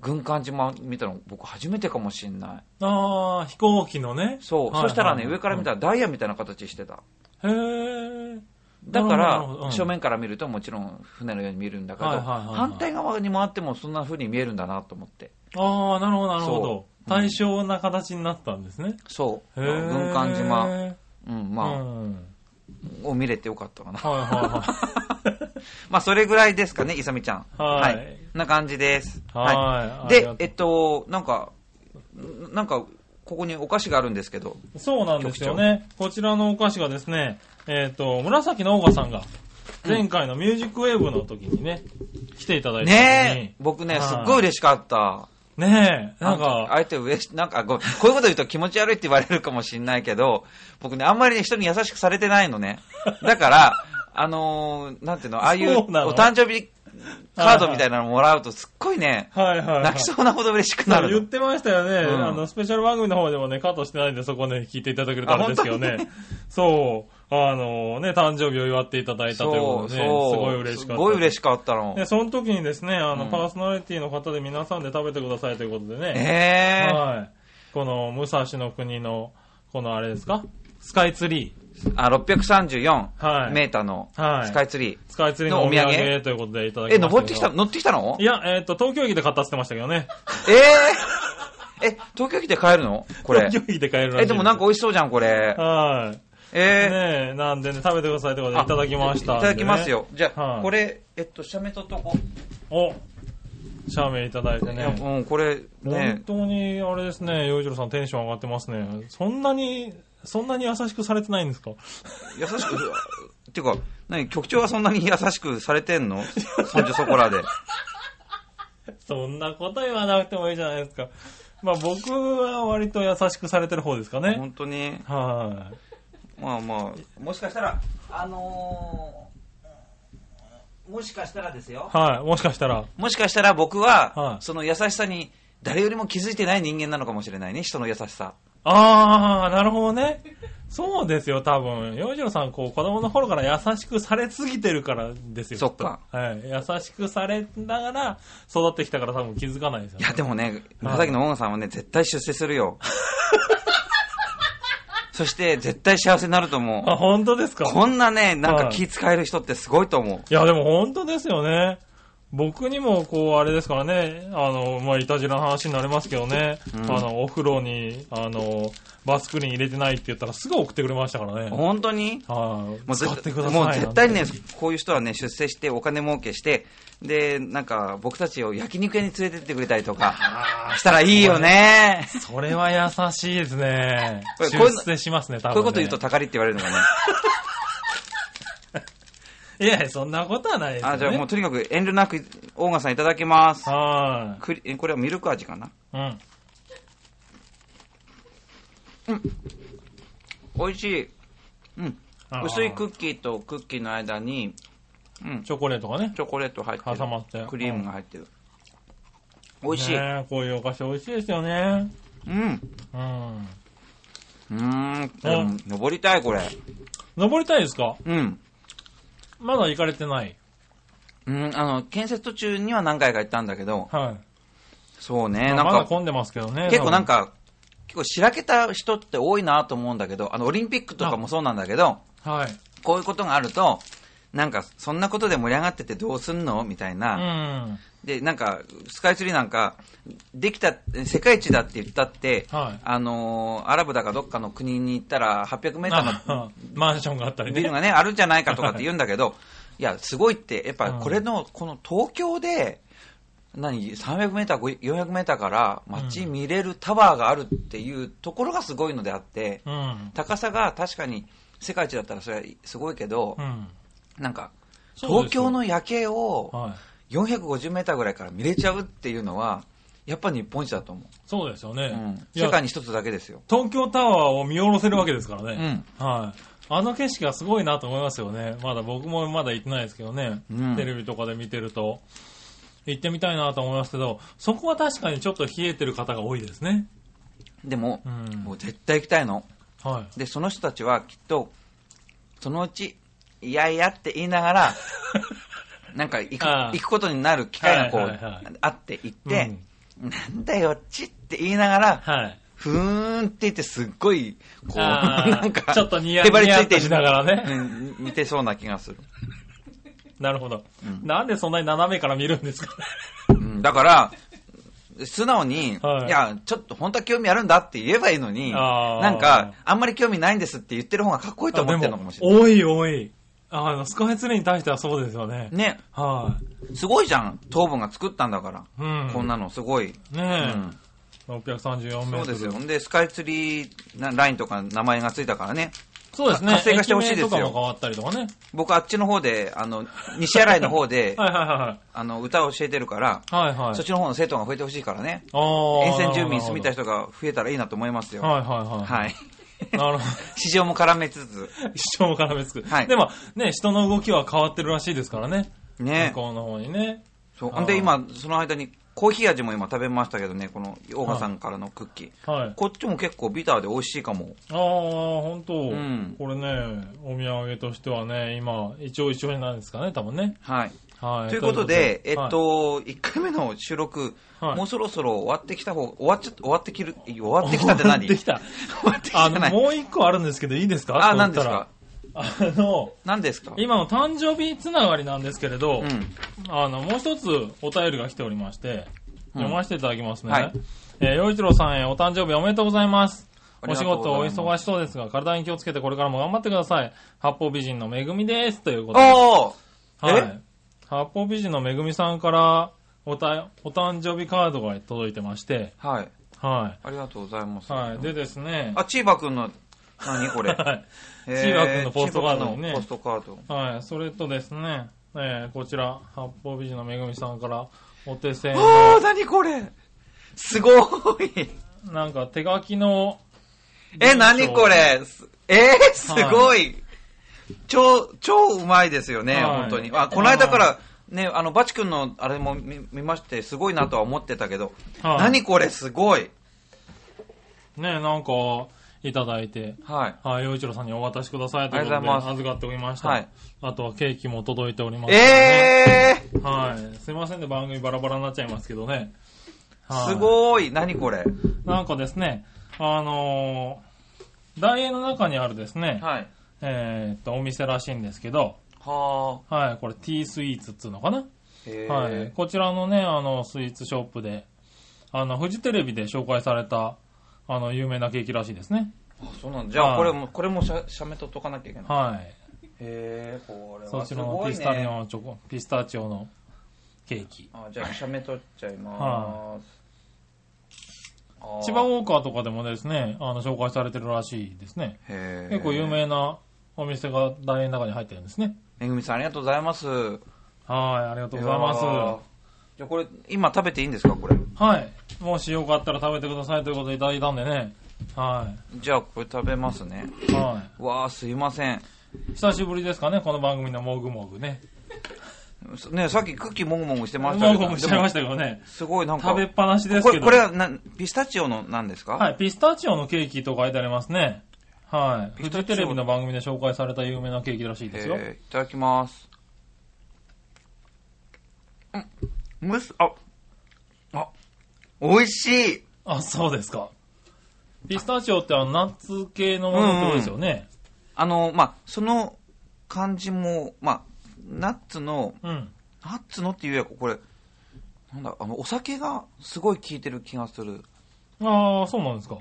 [SPEAKER 1] 軍艦島見たの僕初めてかもしれない
[SPEAKER 2] ああ、飛行機のね。
[SPEAKER 1] そう、
[SPEAKER 2] はい
[SPEAKER 1] そしたらね
[SPEAKER 2] はい
[SPEAKER 1] 上から見たらダイヤみたいな形してた
[SPEAKER 2] へえ。
[SPEAKER 1] だか
[SPEAKER 2] なるほどなるほどう
[SPEAKER 1] ら
[SPEAKER 2] ん
[SPEAKER 1] 正面から見るともちろん船のように見えるんだけど、
[SPEAKER 2] はいはいはいはい
[SPEAKER 1] 反対側に回ってもそんな風に見えるんだなと思って
[SPEAKER 2] ああ、なるほど、なるほど
[SPEAKER 1] そ。ううん
[SPEAKER 2] 対称な形になったんですね。
[SPEAKER 1] そう
[SPEAKER 2] へー
[SPEAKER 1] 軍艦島、。うんま
[SPEAKER 2] うん。
[SPEAKER 1] あを見れてよかったかな
[SPEAKER 2] はいは
[SPEAKER 1] まあそれぐらいですかねいさみちゃん
[SPEAKER 2] はい
[SPEAKER 1] こんな感じです
[SPEAKER 2] い はい。はい。あり
[SPEAKER 1] で
[SPEAKER 2] がと
[SPEAKER 1] えっとなんかんなんかここにお菓子があるんですけど
[SPEAKER 2] うそうなんですよね。こちらのお菓子がですね、えっ、と、紫のオーガさんが、前回のミュージックウェーブの時にね、来ていただいた時に。
[SPEAKER 1] ねえ僕ね
[SPEAKER 2] はい
[SPEAKER 1] すっごい嬉しかった
[SPEAKER 2] え。ねえ、なん
[SPEAKER 1] あ
[SPEAKER 2] か、
[SPEAKER 1] あえて嬉しなんかごめんこういうこと言うと気持ち悪いって言われるかもしんないけど、僕ね、あんまりね、人に優しくされてないのね。だから、あのーなんていうの、ああいう
[SPEAKER 2] そ
[SPEAKER 1] お
[SPEAKER 2] うなの
[SPEAKER 1] 誕生日カードみたいなのもらうと、すっごいね、
[SPEAKER 2] はいはい、はい。
[SPEAKER 1] 泣きそうなほど嬉しくな
[SPEAKER 2] そう言っ
[SPEAKER 1] る
[SPEAKER 2] てましたよね、
[SPEAKER 1] うん
[SPEAKER 2] あの、スペシャル番組の方でもね、カットしてないんで、そこね、聞いていただけるとあれですけどね。そう。あのね、誕生日を祝っていただ
[SPEAKER 1] の。
[SPEAKER 2] いたということでね、すごい嬉しかった。
[SPEAKER 1] すごい嬉しかったの。
[SPEAKER 2] で、その時にですね、あの、
[SPEAKER 1] うん
[SPEAKER 2] パーソナリティの方で皆さんで食べてくださいということでね。
[SPEAKER 1] ええ
[SPEAKER 2] はい。この、武蔵の国の、このあれですかスカイツリ
[SPEAKER 1] あ、634、
[SPEAKER 2] ー。はい。
[SPEAKER 1] メーターの
[SPEAKER 2] はい
[SPEAKER 1] スカイツリー。
[SPEAKER 2] スカイツリーのお土
[SPEAKER 1] のお土
[SPEAKER 2] 産
[SPEAKER 1] 産
[SPEAKER 2] ということでいただきましたけど。
[SPEAKER 1] え、登ってきた、乗ってきたの
[SPEAKER 2] いや、えっ、と、東京駅で買ったって言ってましたけどね。
[SPEAKER 1] えええ、東京駅で買えるのこれ。
[SPEAKER 2] 東京駅で買えるらしい
[SPEAKER 1] え、でもなんか美味しそうじゃん、これ。
[SPEAKER 2] はい。
[SPEAKER 1] ええ
[SPEAKER 2] ねえ、なんでね、食べてくださいってことで
[SPEAKER 1] あ
[SPEAKER 2] いただきましたん
[SPEAKER 1] いた
[SPEAKER 2] でね、
[SPEAKER 1] だきますよ。じゃあ、
[SPEAKER 2] はい
[SPEAKER 1] これ、えっと、シャメととこ。
[SPEAKER 2] お、シャメいただいて
[SPEAKER 1] いや
[SPEAKER 2] ね。
[SPEAKER 1] うん、これ、ね
[SPEAKER 2] 本、当に、あれですね、洋一郎さんテンション上がってますね。そんなに、そんなに優しくされてないんですか
[SPEAKER 1] 優しく、 っていうか、何、局長はそんなに優しくされてんのそんじょそこらで。
[SPEAKER 2] そんなこと言わなくてもいいじゃないですか。まあ僕は割と優しくされてる方ですかね。
[SPEAKER 1] 本当に、
[SPEAKER 2] はい、
[SPEAKER 1] まあまあ、もしかしたら、あのーもしかしたらですよ。
[SPEAKER 2] はい、もしかしたら。
[SPEAKER 1] もしかしたら僕は、
[SPEAKER 2] はい
[SPEAKER 1] その優しさに、誰よりも気づいてない人間なのかもしれないね、人の優しさ。
[SPEAKER 2] あー、なるほどね。そうですよ、多分。洋次郎さん、こう、子供の頃から優しくされすぎてるからですよ。
[SPEAKER 1] そっか。
[SPEAKER 2] はい。優しくされながら育ってきたから多分気づかないですよ、
[SPEAKER 1] い
[SPEAKER 2] ね。
[SPEAKER 1] や、でもね、
[SPEAKER 2] はい
[SPEAKER 1] 紫のオーガさんはね、絶対出世する よ。そして、絶対幸せになると思う。
[SPEAKER 2] あ、本当ですか
[SPEAKER 1] こんなね、なんか
[SPEAKER 2] はい
[SPEAKER 1] 気使える人ってすごいと思う。
[SPEAKER 2] いや、でも本当ですよね。僕にも、こう、あれですからね、あの、まあ、いたじらの話になりますけどね、
[SPEAKER 1] うん
[SPEAKER 2] あの、お風呂に、あの、バスクリーン入れてないって言ったらすぐ送ってくれましたからね。
[SPEAKER 1] 本当に
[SPEAKER 2] はい、
[SPEAKER 1] もう
[SPEAKER 2] 使って
[SPEAKER 1] 絶
[SPEAKER 2] ください。
[SPEAKER 1] もう絶対にね、こういう人はね、出世してお金儲けして、で、なんか僕たちを焼肉屋に連れてってくれたりとか、
[SPEAKER 2] あ
[SPEAKER 1] したらいいよね。
[SPEAKER 2] ーそれは優しいですね。
[SPEAKER 1] これこういう
[SPEAKER 2] 出
[SPEAKER 1] の
[SPEAKER 2] 世しますね、多
[SPEAKER 1] こ
[SPEAKER 2] 分、ね。
[SPEAKER 1] ういうこと言うと、たかりって言われるの がね。
[SPEAKER 2] いやいや、そんなことはないですよ、ね。
[SPEAKER 1] あ、じゃあもうとにかく遠慮なく、オーガさんいただきます。
[SPEAKER 2] は。
[SPEAKER 1] クリえこれはミルク味かない
[SPEAKER 2] うん。
[SPEAKER 1] 美味しい。うん。
[SPEAKER 2] あー
[SPEAKER 1] 薄いクッキーとクッキーの間に、うん、
[SPEAKER 2] チョコレートがね。
[SPEAKER 1] チョコレート入ってる。
[SPEAKER 2] 挟まって
[SPEAKER 1] クリームが入ってる。美味しい。
[SPEAKER 2] ねえこういうお菓子美味しいですよね。
[SPEAKER 1] うん。
[SPEAKER 2] うん。
[SPEAKER 1] うーん。でも登りたい、これ。
[SPEAKER 2] 登りたいですか
[SPEAKER 1] うん。
[SPEAKER 2] まだ行かれてない。
[SPEAKER 1] うん、あの、建設途中には何回か行ったんだけど、
[SPEAKER 2] はい。
[SPEAKER 1] そうね、な
[SPEAKER 2] まだ
[SPEAKER 1] んか、
[SPEAKER 2] 混んでますけどね。
[SPEAKER 1] 結構なんか、結構しらけた人って多いなと思うんだけど、あの、オリンピックとかもそうなんだけど、
[SPEAKER 2] 多分。はい。
[SPEAKER 1] こういうことがあると、なんか、そんなことで盛り上がっててどうすんのみたいな。
[SPEAKER 2] うん。
[SPEAKER 1] で、なんか、スカイツリーなんか、できた、世界一だって言ったって、
[SPEAKER 2] はい
[SPEAKER 1] あのーアラブだかどっかの国に行ったら、800メーターの
[SPEAKER 2] あ マンションがあったりね。
[SPEAKER 1] ビルがね、あるんじゃないかとかって言うんだけ ど、いや、すごいって、やっぱこれの、この東京で、何、300メーター、500 400メーターから街見れるタワーがあるっていうところがすごいのであって、
[SPEAKER 2] うん。
[SPEAKER 1] 高さが確かに世界一だったらそれはすごいけど
[SPEAKER 2] う、ん。
[SPEAKER 1] なんか、
[SPEAKER 2] そ
[SPEAKER 1] 東
[SPEAKER 2] うですよ
[SPEAKER 1] 京の夜景を
[SPEAKER 2] はい。
[SPEAKER 1] 450メーターぐらいから見れちゃうっていうのは、やっぱ日本一だと思
[SPEAKER 2] そうですよね。
[SPEAKER 1] う。うん、
[SPEAKER 2] いや
[SPEAKER 1] 世界に一つだけですよ。
[SPEAKER 2] 東京タワーを見下ろせるわけですから
[SPEAKER 1] う
[SPEAKER 2] ね。
[SPEAKER 1] ん。
[SPEAKER 2] はい。あの景色はすごいなと思いますよね。まだ僕もまだ行ってないですけどね。
[SPEAKER 1] うん
[SPEAKER 2] テレビとかで見てると。行ってみたいなと思いますけど、そこは確かにちょっと冷えてる方が多いですね。
[SPEAKER 1] でも
[SPEAKER 2] う、ん
[SPEAKER 1] も。う絶対行きたいの。
[SPEAKER 2] はい。
[SPEAKER 1] で、その人たちはきっと、そのうち、いやいやって言いなが ら、なんか行く
[SPEAKER 2] ああ
[SPEAKER 1] 行くことになる機会がこう、
[SPEAKER 2] はいはいはい
[SPEAKER 1] あって行って、なんだよ、ちって言いながら、
[SPEAKER 2] はい。
[SPEAKER 1] ふーんって言ってすっごい、こう、
[SPEAKER 2] あー
[SPEAKER 1] なんか、
[SPEAKER 2] ちょっとニヤ
[SPEAKER 1] へばりつ
[SPEAKER 2] ニヤ
[SPEAKER 1] い
[SPEAKER 2] っと
[SPEAKER 1] て
[SPEAKER 2] しながらね
[SPEAKER 1] うん見てそうな気がする。
[SPEAKER 2] なるほど、
[SPEAKER 1] うん
[SPEAKER 2] なんでそんなに斜めから見るんですか
[SPEAKER 1] うん、だから、素直に、、
[SPEAKER 2] はいい
[SPEAKER 1] や、ちょっと本当は興味あるんだって言えばいいのに、
[SPEAKER 2] あー
[SPEAKER 1] なんか、あんまり興味ないんですって言ってる方がかっこいいと思ってるのかもしれない。
[SPEAKER 2] 多い多い。あの、スカイツリーに対してはそうですよね。
[SPEAKER 1] ね、
[SPEAKER 2] はい、
[SPEAKER 1] すごいじゃん、糖分が作ったんだから。
[SPEAKER 2] うん。
[SPEAKER 1] こんなのすごい、う
[SPEAKER 2] ね
[SPEAKER 1] ん
[SPEAKER 2] え、634メ
[SPEAKER 1] そ
[SPEAKER 2] ー
[SPEAKER 1] う
[SPEAKER 2] ト
[SPEAKER 1] で
[SPEAKER 2] ル。
[SPEAKER 1] すよ、ほんでスカイツリーなラインとか名前がついたからね、
[SPEAKER 2] そうですね。
[SPEAKER 1] 活性化してほしいですよ
[SPEAKER 2] 駅名とかも変わったりとかね。
[SPEAKER 1] 僕、あっちの方で、あの西新井の方で
[SPEAKER 2] はいはいは
[SPEAKER 1] あの歌を教えてるから、
[SPEAKER 2] いはい。はいはい。
[SPEAKER 1] そっちの方の生徒が増えてほしいからね、
[SPEAKER 2] あー
[SPEAKER 1] 沿線住民住みたい
[SPEAKER 2] なる
[SPEAKER 1] 人が増えたらいいなと思います
[SPEAKER 2] ほ
[SPEAKER 1] よ、
[SPEAKER 2] どはいはいはい。
[SPEAKER 1] はい、
[SPEAKER 2] なるほ
[SPEAKER 1] 市場も絡めつつ、
[SPEAKER 2] ど。 一生も絡めつく。
[SPEAKER 1] はい
[SPEAKER 2] でも、ね、人の動きは変わってるらしいですからね。
[SPEAKER 1] ね
[SPEAKER 2] 向、こうの方にね。
[SPEAKER 1] そうほんで今、その間にコーヒー味も今食べましたけどね、この大賀さんからのクッキー、
[SPEAKER 2] はい。
[SPEAKER 1] こっちも結構ビターで美味しいかも、
[SPEAKER 2] ああ、本当、
[SPEAKER 1] ん
[SPEAKER 2] これね、お土産としてはね、今、一応一応なんですかね、多分ね。
[SPEAKER 1] はい。
[SPEAKER 2] はい。
[SPEAKER 1] ということで、えっ
[SPEAKER 2] はい
[SPEAKER 1] と、1回目の収録、
[SPEAKER 2] はい
[SPEAKER 1] もうそろそろ終わってきた方、終わっちゃ、終わってきる、終わってきたって何
[SPEAKER 2] 終わってきた。
[SPEAKER 1] 終わってきた
[SPEAKER 2] あ
[SPEAKER 1] じ
[SPEAKER 2] の
[SPEAKER 1] ゃな、い。
[SPEAKER 2] もう一個あるんですけど、いいですか
[SPEAKER 1] あ、
[SPEAKER 2] な
[SPEAKER 1] 何
[SPEAKER 2] ん
[SPEAKER 1] ですか
[SPEAKER 2] あの、
[SPEAKER 1] 何ですか
[SPEAKER 2] 今の誕生日つながりなんですけれど、
[SPEAKER 1] う
[SPEAKER 2] あの、もう一つお便りが来ておりまして、
[SPEAKER 1] うん
[SPEAKER 2] 読ませていただきますね。
[SPEAKER 1] はい
[SPEAKER 2] えー、洋一郎さんへお誕生日おめでとうございます。
[SPEAKER 1] あり
[SPEAKER 2] お
[SPEAKER 1] がと
[SPEAKER 2] 仕
[SPEAKER 1] うござ
[SPEAKER 2] 事
[SPEAKER 1] い
[SPEAKER 2] お
[SPEAKER 1] ます
[SPEAKER 2] 忙しそうですが、体に気をつけてこれからも頑張ってください。八方美人のめぐみです。ということで。
[SPEAKER 1] おー
[SPEAKER 2] は
[SPEAKER 1] え
[SPEAKER 2] い。八方美人のめぐみさんからおた、お誕生日カードが届いてまして、
[SPEAKER 1] はい。
[SPEAKER 2] は
[SPEAKER 1] ありがとうございます。
[SPEAKER 2] い。はい。でですね、
[SPEAKER 1] あ、チーバくんの、何これ。
[SPEAKER 2] はい。
[SPEAKER 1] へー
[SPEAKER 2] チーバくんのポストカードに
[SPEAKER 1] チー
[SPEAKER 2] ね
[SPEAKER 1] バくんのポストカード。
[SPEAKER 2] はい。それとですね、えーこちら、八方美人のめぐみさんからお手製
[SPEAKER 1] あ
[SPEAKER 2] の
[SPEAKER 1] ー、、何これすごい。
[SPEAKER 2] なんか手書きの、
[SPEAKER 1] え、何これすえー、すご。
[SPEAKER 2] はい
[SPEAKER 1] 超、超うまいですよね、
[SPEAKER 2] はい
[SPEAKER 1] 本当に。あ、この間から、ね、あの、バチ君のあれも見見まして、すごいなとは思ってたけど、
[SPEAKER 2] はい
[SPEAKER 1] 何これすごい。
[SPEAKER 2] ね、なんか、いただいて、
[SPEAKER 1] はい。
[SPEAKER 2] はい、洋一郎さんにお渡しくださいというこ
[SPEAKER 1] あり
[SPEAKER 2] とで、
[SPEAKER 1] がとうございます
[SPEAKER 2] 預かっておりました。
[SPEAKER 1] はい
[SPEAKER 2] あとはケーキも届いております、
[SPEAKER 1] えー、
[SPEAKER 2] はい。すいませんね、番組バラバラになっちゃいますけどね。はい
[SPEAKER 1] すごい。何これ。
[SPEAKER 2] なんかですね、あのー、大英の中にあるですね、
[SPEAKER 1] はい。
[SPEAKER 2] えーっと、お店らしいんですけど、
[SPEAKER 1] は
[SPEAKER 2] はい、これ T スイーツっつうのかな
[SPEAKER 1] ー。へー
[SPEAKER 2] はい。こちらのね、あの、スイーツショップで、あの、フジテレビで紹介された、あの、有名なケーキらしいですね。
[SPEAKER 1] あそうなんだじゃ
[SPEAKER 2] は
[SPEAKER 1] あ
[SPEAKER 2] い
[SPEAKER 1] これも、これもしゃ、しゃめとっとかなきゃいけない。
[SPEAKER 2] はい。
[SPEAKER 1] へえ、これ
[SPEAKER 2] そ
[SPEAKER 1] は
[SPEAKER 2] ち
[SPEAKER 1] す
[SPEAKER 2] らの
[SPEAKER 1] ご
[SPEAKER 2] ピ
[SPEAKER 1] い
[SPEAKER 2] スタチ
[SPEAKER 1] ね。
[SPEAKER 2] オチョコ、ピスタチオのケーキ。
[SPEAKER 1] あじゃあ、しゃめとっちゃいます。あー
[SPEAKER 2] 千葉ウォーカーとかでもですね、あの、紹介されてるらしいですね。
[SPEAKER 1] へー
[SPEAKER 2] 結構有名なお店が大円の中に入ってるんですね。
[SPEAKER 1] めぐみさん、ありがとうございます。ありが
[SPEAKER 2] はい、ありがとうございます。
[SPEAKER 1] じゃあ、これ、今食べていいんですか、これ。
[SPEAKER 2] はい。もしよかったら食べてくださいということでいただいたんでね。は
[SPEAKER 1] じゃあ、これ食べますね。
[SPEAKER 2] い。は
[SPEAKER 1] わあ、すいません。
[SPEAKER 2] い。久しぶりですかね、この番組のもぐもぐね。
[SPEAKER 1] ね、さっきクッキーもぐもぐして
[SPEAKER 2] も
[SPEAKER 1] ましたけ
[SPEAKER 2] ぐ
[SPEAKER 1] ど。
[SPEAKER 2] もぐしちゃいま
[SPEAKER 1] し
[SPEAKER 2] したけどね。
[SPEAKER 1] すごい、なんか。
[SPEAKER 2] 食べっぱなしです
[SPEAKER 1] こ
[SPEAKER 2] け
[SPEAKER 1] れ、
[SPEAKER 2] ど。
[SPEAKER 1] これはな、ピスタチオのなんですか
[SPEAKER 2] はい、ピスタチオのケーキと書いてありますね。はい。
[SPEAKER 1] ピ
[SPEAKER 2] フ
[SPEAKER 1] スタチオ
[SPEAKER 2] ジテレビの番組で紹介された有名なケーキらしいですよ。
[SPEAKER 1] えーいただきます。うん、むす、あ、あ、美味しい
[SPEAKER 2] あ、そうですか。ピスタチオってあの、ナッツ系のものってことですよね。
[SPEAKER 1] あの、まあ、その感じも、まあ、ナッツの、
[SPEAKER 2] うん
[SPEAKER 1] ナッツのっていうやこれ、なんだ、あの、お酒がすごい効いてる気がする。
[SPEAKER 2] ああ、そうなんですか。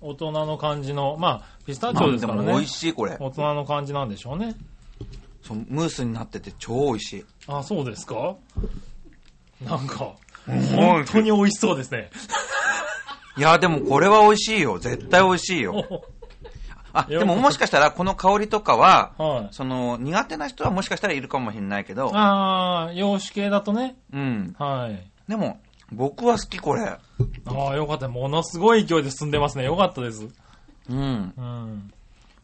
[SPEAKER 2] 大人の感じの、まあ、ピスタチオですから
[SPEAKER 1] まあでも美
[SPEAKER 2] ね
[SPEAKER 1] 味。しい、これ。
[SPEAKER 2] 大人の感じなんでしょうね。
[SPEAKER 1] そうムースになってて超美味しい。
[SPEAKER 2] あ、そうですかなんか、
[SPEAKER 1] 本
[SPEAKER 2] 本当に美味しそうですね。
[SPEAKER 1] いや、でもこれは美味しいよ。絶対美味しいよ。あ、
[SPEAKER 2] いや
[SPEAKER 1] でももしかしたらこの香りとかは、
[SPEAKER 2] はい。
[SPEAKER 1] その、苦手な人はもしかしたらいるかもしれないけど、
[SPEAKER 2] ああ、洋酒系だとね。
[SPEAKER 1] うん。
[SPEAKER 2] はい。
[SPEAKER 1] でも、僕は好き、これ。
[SPEAKER 2] ああ、よかった。ものすごい勢いで進んでますね。よかったです。
[SPEAKER 1] うん。
[SPEAKER 2] うん。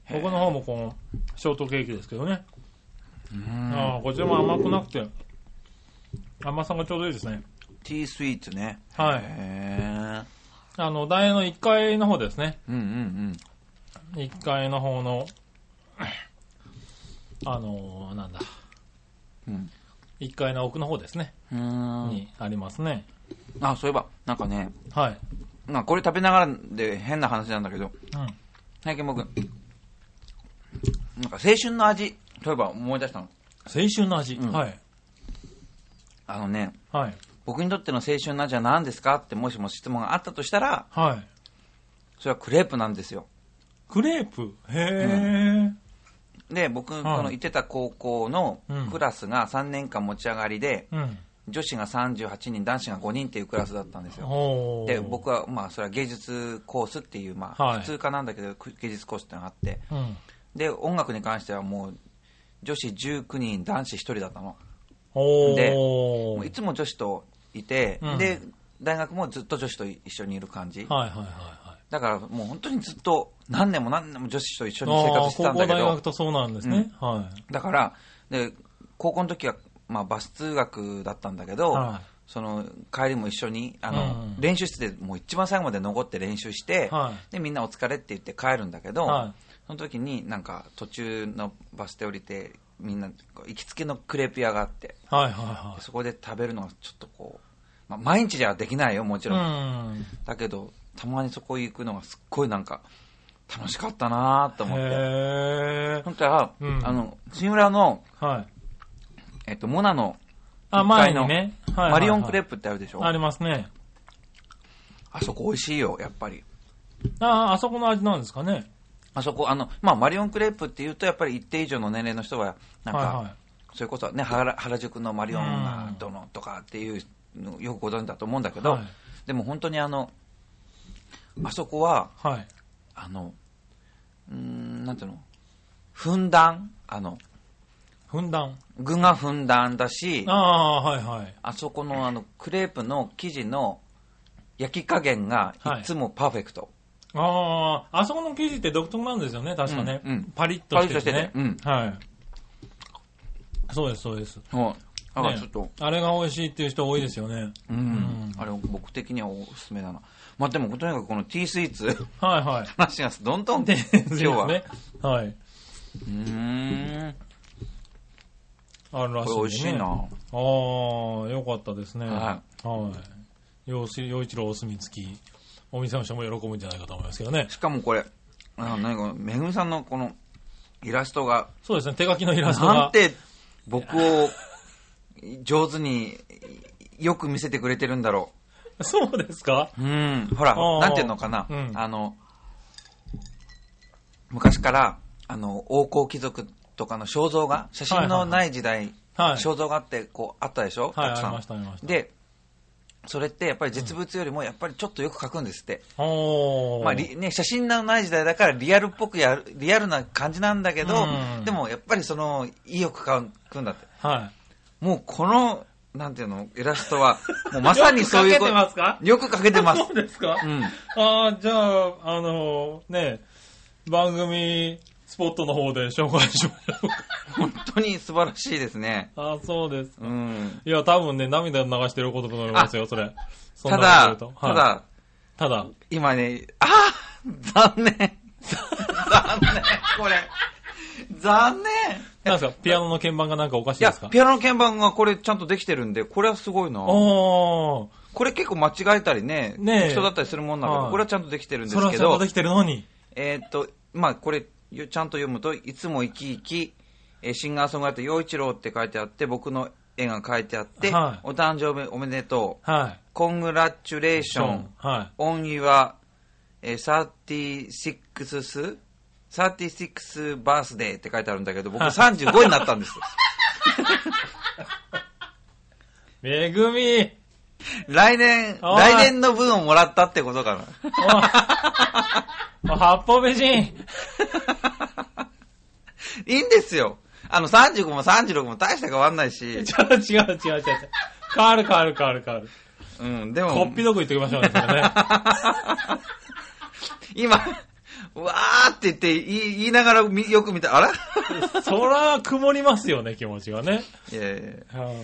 [SPEAKER 1] へえ
[SPEAKER 2] 僕の方もこの、ショートケーキですけどね。
[SPEAKER 1] うん
[SPEAKER 2] ああ、こちらも甘くなくて、甘さがちょうどいいですね。
[SPEAKER 1] ティースイーツね。
[SPEAKER 2] はい。
[SPEAKER 1] へ
[SPEAKER 2] あの、大円の1階の方ですね。
[SPEAKER 1] ーうんうん
[SPEAKER 2] 1階の方の、あのーなんだ。
[SPEAKER 1] うん
[SPEAKER 2] 1階の奥の方ですね。
[SPEAKER 1] うん。うーん。
[SPEAKER 2] にありますね。
[SPEAKER 1] あ、そういえば、なんかね、
[SPEAKER 2] はい。
[SPEAKER 1] なんかこれ食べながらで変な話なんだけど、
[SPEAKER 2] うん。
[SPEAKER 1] 最近僕、なんか青春の味、そういえば思い出したの。
[SPEAKER 2] 青春の味。
[SPEAKER 1] うん
[SPEAKER 2] はい。
[SPEAKER 1] あのね、
[SPEAKER 2] はい。
[SPEAKER 1] 僕にとっての青春の味は何ですかってもしも質問があったとしたら、
[SPEAKER 2] はい。
[SPEAKER 1] それはクレープなんですよ。
[SPEAKER 2] クレープ。へ
[SPEAKER 1] で、僕、この行ってた高校の
[SPEAKER 2] うん
[SPEAKER 1] クラスが3年間持ち上がりで、
[SPEAKER 2] え。うん。
[SPEAKER 1] 女子が38人、男子が5人っていうクラスだったんですよ。
[SPEAKER 2] おー
[SPEAKER 1] で、僕は、まあ、それは芸術コースっていう、ま
[SPEAKER 2] はい
[SPEAKER 1] あ、普通科なんだけど、く芸術コースってのがあって、
[SPEAKER 2] うん。
[SPEAKER 1] で、音楽に関してはもう、女子19人、男子1人だったの。
[SPEAKER 2] お
[SPEAKER 1] もう
[SPEAKER 2] ー
[SPEAKER 1] いつも女子といて、
[SPEAKER 2] うん
[SPEAKER 1] で、大学もずっと女子と一緒にいる感じ。
[SPEAKER 2] はいはいはいはい。
[SPEAKER 1] だからもう本当にずっと何年も何年も女子と一緒に生
[SPEAKER 2] ああ
[SPEAKER 1] 活してたんだけ
[SPEAKER 2] 高校大学
[SPEAKER 1] ど、
[SPEAKER 2] とそうなんですね。は
[SPEAKER 1] だから、で、高校の時は、まあ、バス通学だったんだけ
[SPEAKER 2] い。
[SPEAKER 1] ど、
[SPEAKER 2] は
[SPEAKER 1] その帰りも一緒にあの、
[SPEAKER 2] うん
[SPEAKER 1] 練習室でもう一番最後まで残って練習して、
[SPEAKER 2] は
[SPEAKER 1] でみんなお疲れって言って帰るんだけど、
[SPEAKER 2] い。は
[SPEAKER 1] その時になんか途中のバス停降りてみんなこう行きつけのクレープ屋があって
[SPEAKER 2] い。はいはいは
[SPEAKER 1] そこで食べるのがちょっとこう、まあ、毎日じゃできないよもち
[SPEAKER 2] い。
[SPEAKER 1] ろん、
[SPEAKER 2] うん。
[SPEAKER 1] だけどたまにそこ行くのがすっごいなんか楽しかったなーと思って
[SPEAKER 2] へえ。
[SPEAKER 1] 本当は、
[SPEAKER 2] うん
[SPEAKER 1] あの新浦の、
[SPEAKER 2] はい。
[SPEAKER 1] えっと、モナの
[SPEAKER 2] あ、
[SPEAKER 1] 一階
[SPEAKER 2] 前
[SPEAKER 1] の
[SPEAKER 2] にね。はいはいはい
[SPEAKER 1] マリオンクレープってあるでしょ、
[SPEAKER 2] ありますね。
[SPEAKER 1] あそこ美味しいよやっぱり
[SPEAKER 2] ああ、あそこの味なんですかね。
[SPEAKER 1] あそこ、あの、まあ、マリオンクレープっていうと、やっぱり一定以上の年齢の人は、なんか、
[SPEAKER 2] はいはい。
[SPEAKER 1] それこそね、原原宿のマリオン
[SPEAKER 2] う
[SPEAKER 1] が
[SPEAKER 2] ん
[SPEAKER 1] どのとかっていうのよくご存知だと思うんだけど、
[SPEAKER 2] はい
[SPEAKER 1] でも本当にあの、あそこは、
[SPEAKER 2] はい。
[SPEAKER 1] あの、うーん、なんていうの、ふんだん、あの、
[SPEAKER 2] ふんだん。
[SPEAKER 1] 具がふんだんだし
[SPEAKER 2] あ、あ、はいはい。
[SPEAKER 1] あそこのあの、クレープの生地の焼き加減が
[SPEAKER 2] はい
[SPEAKER 1] いつもパーフェクト。
[SPEAKER 2] ああ、あそこの生地って独特なんですよね、確かね。
[SPEAKER 1] うんうん
[SPEAKER 2] パリッとしててね。
[SPEAKER 1] パリッとして
[SPEAKER 2] はい。そうです、そうです。
[SPEAKER 1] はい。だから
[SPEAKER 2] ね
[SPEAKER 1] ちょっと、
[SPEAKER 2] あれが美味しいっていう人多いですよね。
[SPEAKER 1] うん、
[SPEAKER 2] ん
[SPEAKER 1] あれ僕的にはおすすめだな。まあでもとにかくこの T スイーツ
[SPEAKER 2] はいはい。
[SPEAKER 1] 話がどんどん
[SPEAKER 2] で、
[SPEAKER 1] 今日は。
[SPEAKER 2] ね。はい。
[SPEAKER 1] うーん。
[SPEAKER 2] あるらしい、ね。
[SPEAKER 1] これ美味しいな。
[SPEAKER 2] ああー、よかったですね。
[SPEAKER 1] は
[SPEAKER 2] はい。ようし陽一郎お墨付き。お店の人も喜ぶんじゃないかと思いますけどね。
[SPEAKER 1] しかもこれ、あなんかめぐみさんのこのイラストが、
[SPEAKER 2] そうですね、手書きのイラスト
[SPEAKER 1] なん
[SPEAKER 2] が。
[SPEAKER 1] て僕を上手によく見せてくれてるんだろ
[SPEAKER 2] そうですか
[SPEAKER 1] う。うん。ほら、
[SPEAKER 2] あー
[SPEAKER 1] なんていうのかな。
[SPEAKER 2] うん
[SPEAKER 1] あの、昔から、あの、王侯貴族とかの肖像画、写真のない時代、
[SPEAKER 2] はい。
[SPEAKER 1] 肖像画ってこうあったでしょ、
[SPEAKER 2] はい、
[SPEAKER 1] た
[SPEAKER 2] あ
[SPEAKER 1] く
[SPEAKER 2] り
[SPEAKER 1] さん。
[SPEAKER 2] ました、ありました。
[SPEAKER 1] で、それってやっぱり実物よりもやっぱりちょっとよく描くんですって。
[SPEAKER 2] おー。
[SPEAKER 1] まありね、写真のない時代だからリアルっぽくやる、リアルな感じなんだけど、
[SPEAKER 2] うん
[SPEAKER 1] でもやっぱりその、意欲描くんだって。
[SPEAKER 2] は
[SPEAKER 1] もうこの、なんていうの、イラストは、もう
[SPEAKER 2] い。
[SPEAKER 1] まさにそういう
[SPEAKER 2] よくかけてますか
[SPEAKER 1] よく描けてます。
[SPEAKER 2] そうですか
[SPEAKER 1] うん。
[SPEAKER 2] ああ、じゃあ、あのね、番組、スポットの方で紹介しましょうか。
[SPEAKER 1] 本当に素晴らしいですね。
[SPEAKER 2] ああ、そうです。
[SPEAKER 1] うん。
[SPEAKER 2] いや、多分ね、涙流してることだと思いますよ、それ。そんな
[SPEAKER 1] ただ、
[SPEAKER 2] こと言うと
[SPEAKER 1] た
[SPEAKER 2] はい
[SPEAKER 1] だ、
[SPEAKER 2] ただ、
[SPEAKER 1] 今ね、ああ残念残念これ残念
[SPEAKER 2] なんですか、ピアノの鍵盤がなんかおかし
[SPEAKER 1] い
[SPEAKER 2] いで
[SPEAKER 1] や
[SPEAKER 2] すか、
[SPEAKER 1] ピアノの鍵盤がこれちゃんとできてるんで、これはすごいな。
[SPEAKER 2] おー、
[SPEAKER 1] これ結構間違えたりね、
[SPEAKER 2] ねえ
[SPEAKER 1] 人だったりするもんなんだけ
[SPEAKER 2] は
[SPEAKER 1] ど、
[SPEAKER 2] い
[SPEAKER 1] これはちゃんとできてるんで
[SPEAKER 2] そ
[SPEAKER 1] す
[SPEAKER 2] れは
[SPEAKER 1] け
[SPEAKER 2] ちゃんと
[SPEAKER 1] ど
[SPEAKER 2] で、きてるのに。
[SPEAKER 1] えーっと、まあこれ、よちゃんと読むと、いつも生き生き、えーシンガーソングライター、陽一郎って書いてあって、僕の絵が書いてあって、
[SPEAKER 2] はい
[SPEAKER 1] お誕生日おめでとう、
[SPEAKER 2] はい。
[SPEAKER 1] コングラチュレーション、
[SPEAKER 2] は
[SPEAKER 1] オンユア、えー、36ス ?36 バースデーって書いてあるんだけど、僕
[SPEAKER 2] はい
[SPEAKER 1] 35になったんです。
[SPEAKER 2] い。めぐみ
[SPEAKER 1] 来年、
[SPEAKER 2] おい
[SPEAKER 1] 来年の分をもらったってことか な。
[SPEAKER 2] おお 八方美人
[SPEAKER 1] いいんですよ。あの、35も36も大した変わんないし。
[SPEAKER 2] ちょっと違う違う違う違う。変わる変わる変わる変わる。
[SPEAKER 1] うん、で
[SPEAKER 2] こ
[SPEAKER 1] も
[SPEAKER 2] っ、ぴどく言っておきましょうね、それね。
[SPEAKER 1] 今、わーって言って言い言いながらみよく見た、あら
[SPEAKER 2] そら、曇りますよね、気持ちがね。
[SPEAKER 1] いやいやいや
[SPEAKER 2] はい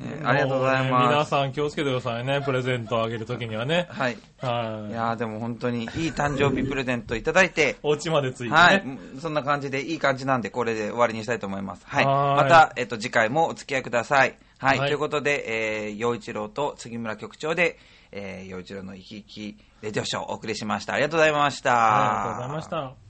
[SPEAKER 1] ねありがとうござい
[SPEAKER 2] もね
[SPEAKER 1] ま
[SPEAKER 2] 皆
[SPEAKER 1] す。
[SPEAKER 2] さん気をつけてくださいね、プレゼントをあげるときにはね。
[SPEAKER 1] はい。い
[SPEAKER 2] は
[SPEAKER 1] やーでも本当にいい誕生日プレゼントいただいて、
[SPEAKER 2] い。お家までついてね。
[SPEAKER 1] はい。そんな感じでいい感じなんで、これで終わりにしたいと思います。はい。
[SPEAKER 2] はーい
[SPEAKER 1] また、えっと、次回もお付き合いください。はい。
[SPEAKER 2] はい
[SPEAKER 1] ということで、えー、洋一郎と杉村局長で、えー、洋一郎の生き生きレディオショーをお送りしました。ありがとうございました。
[SPEAKER 2] ありがとうございました。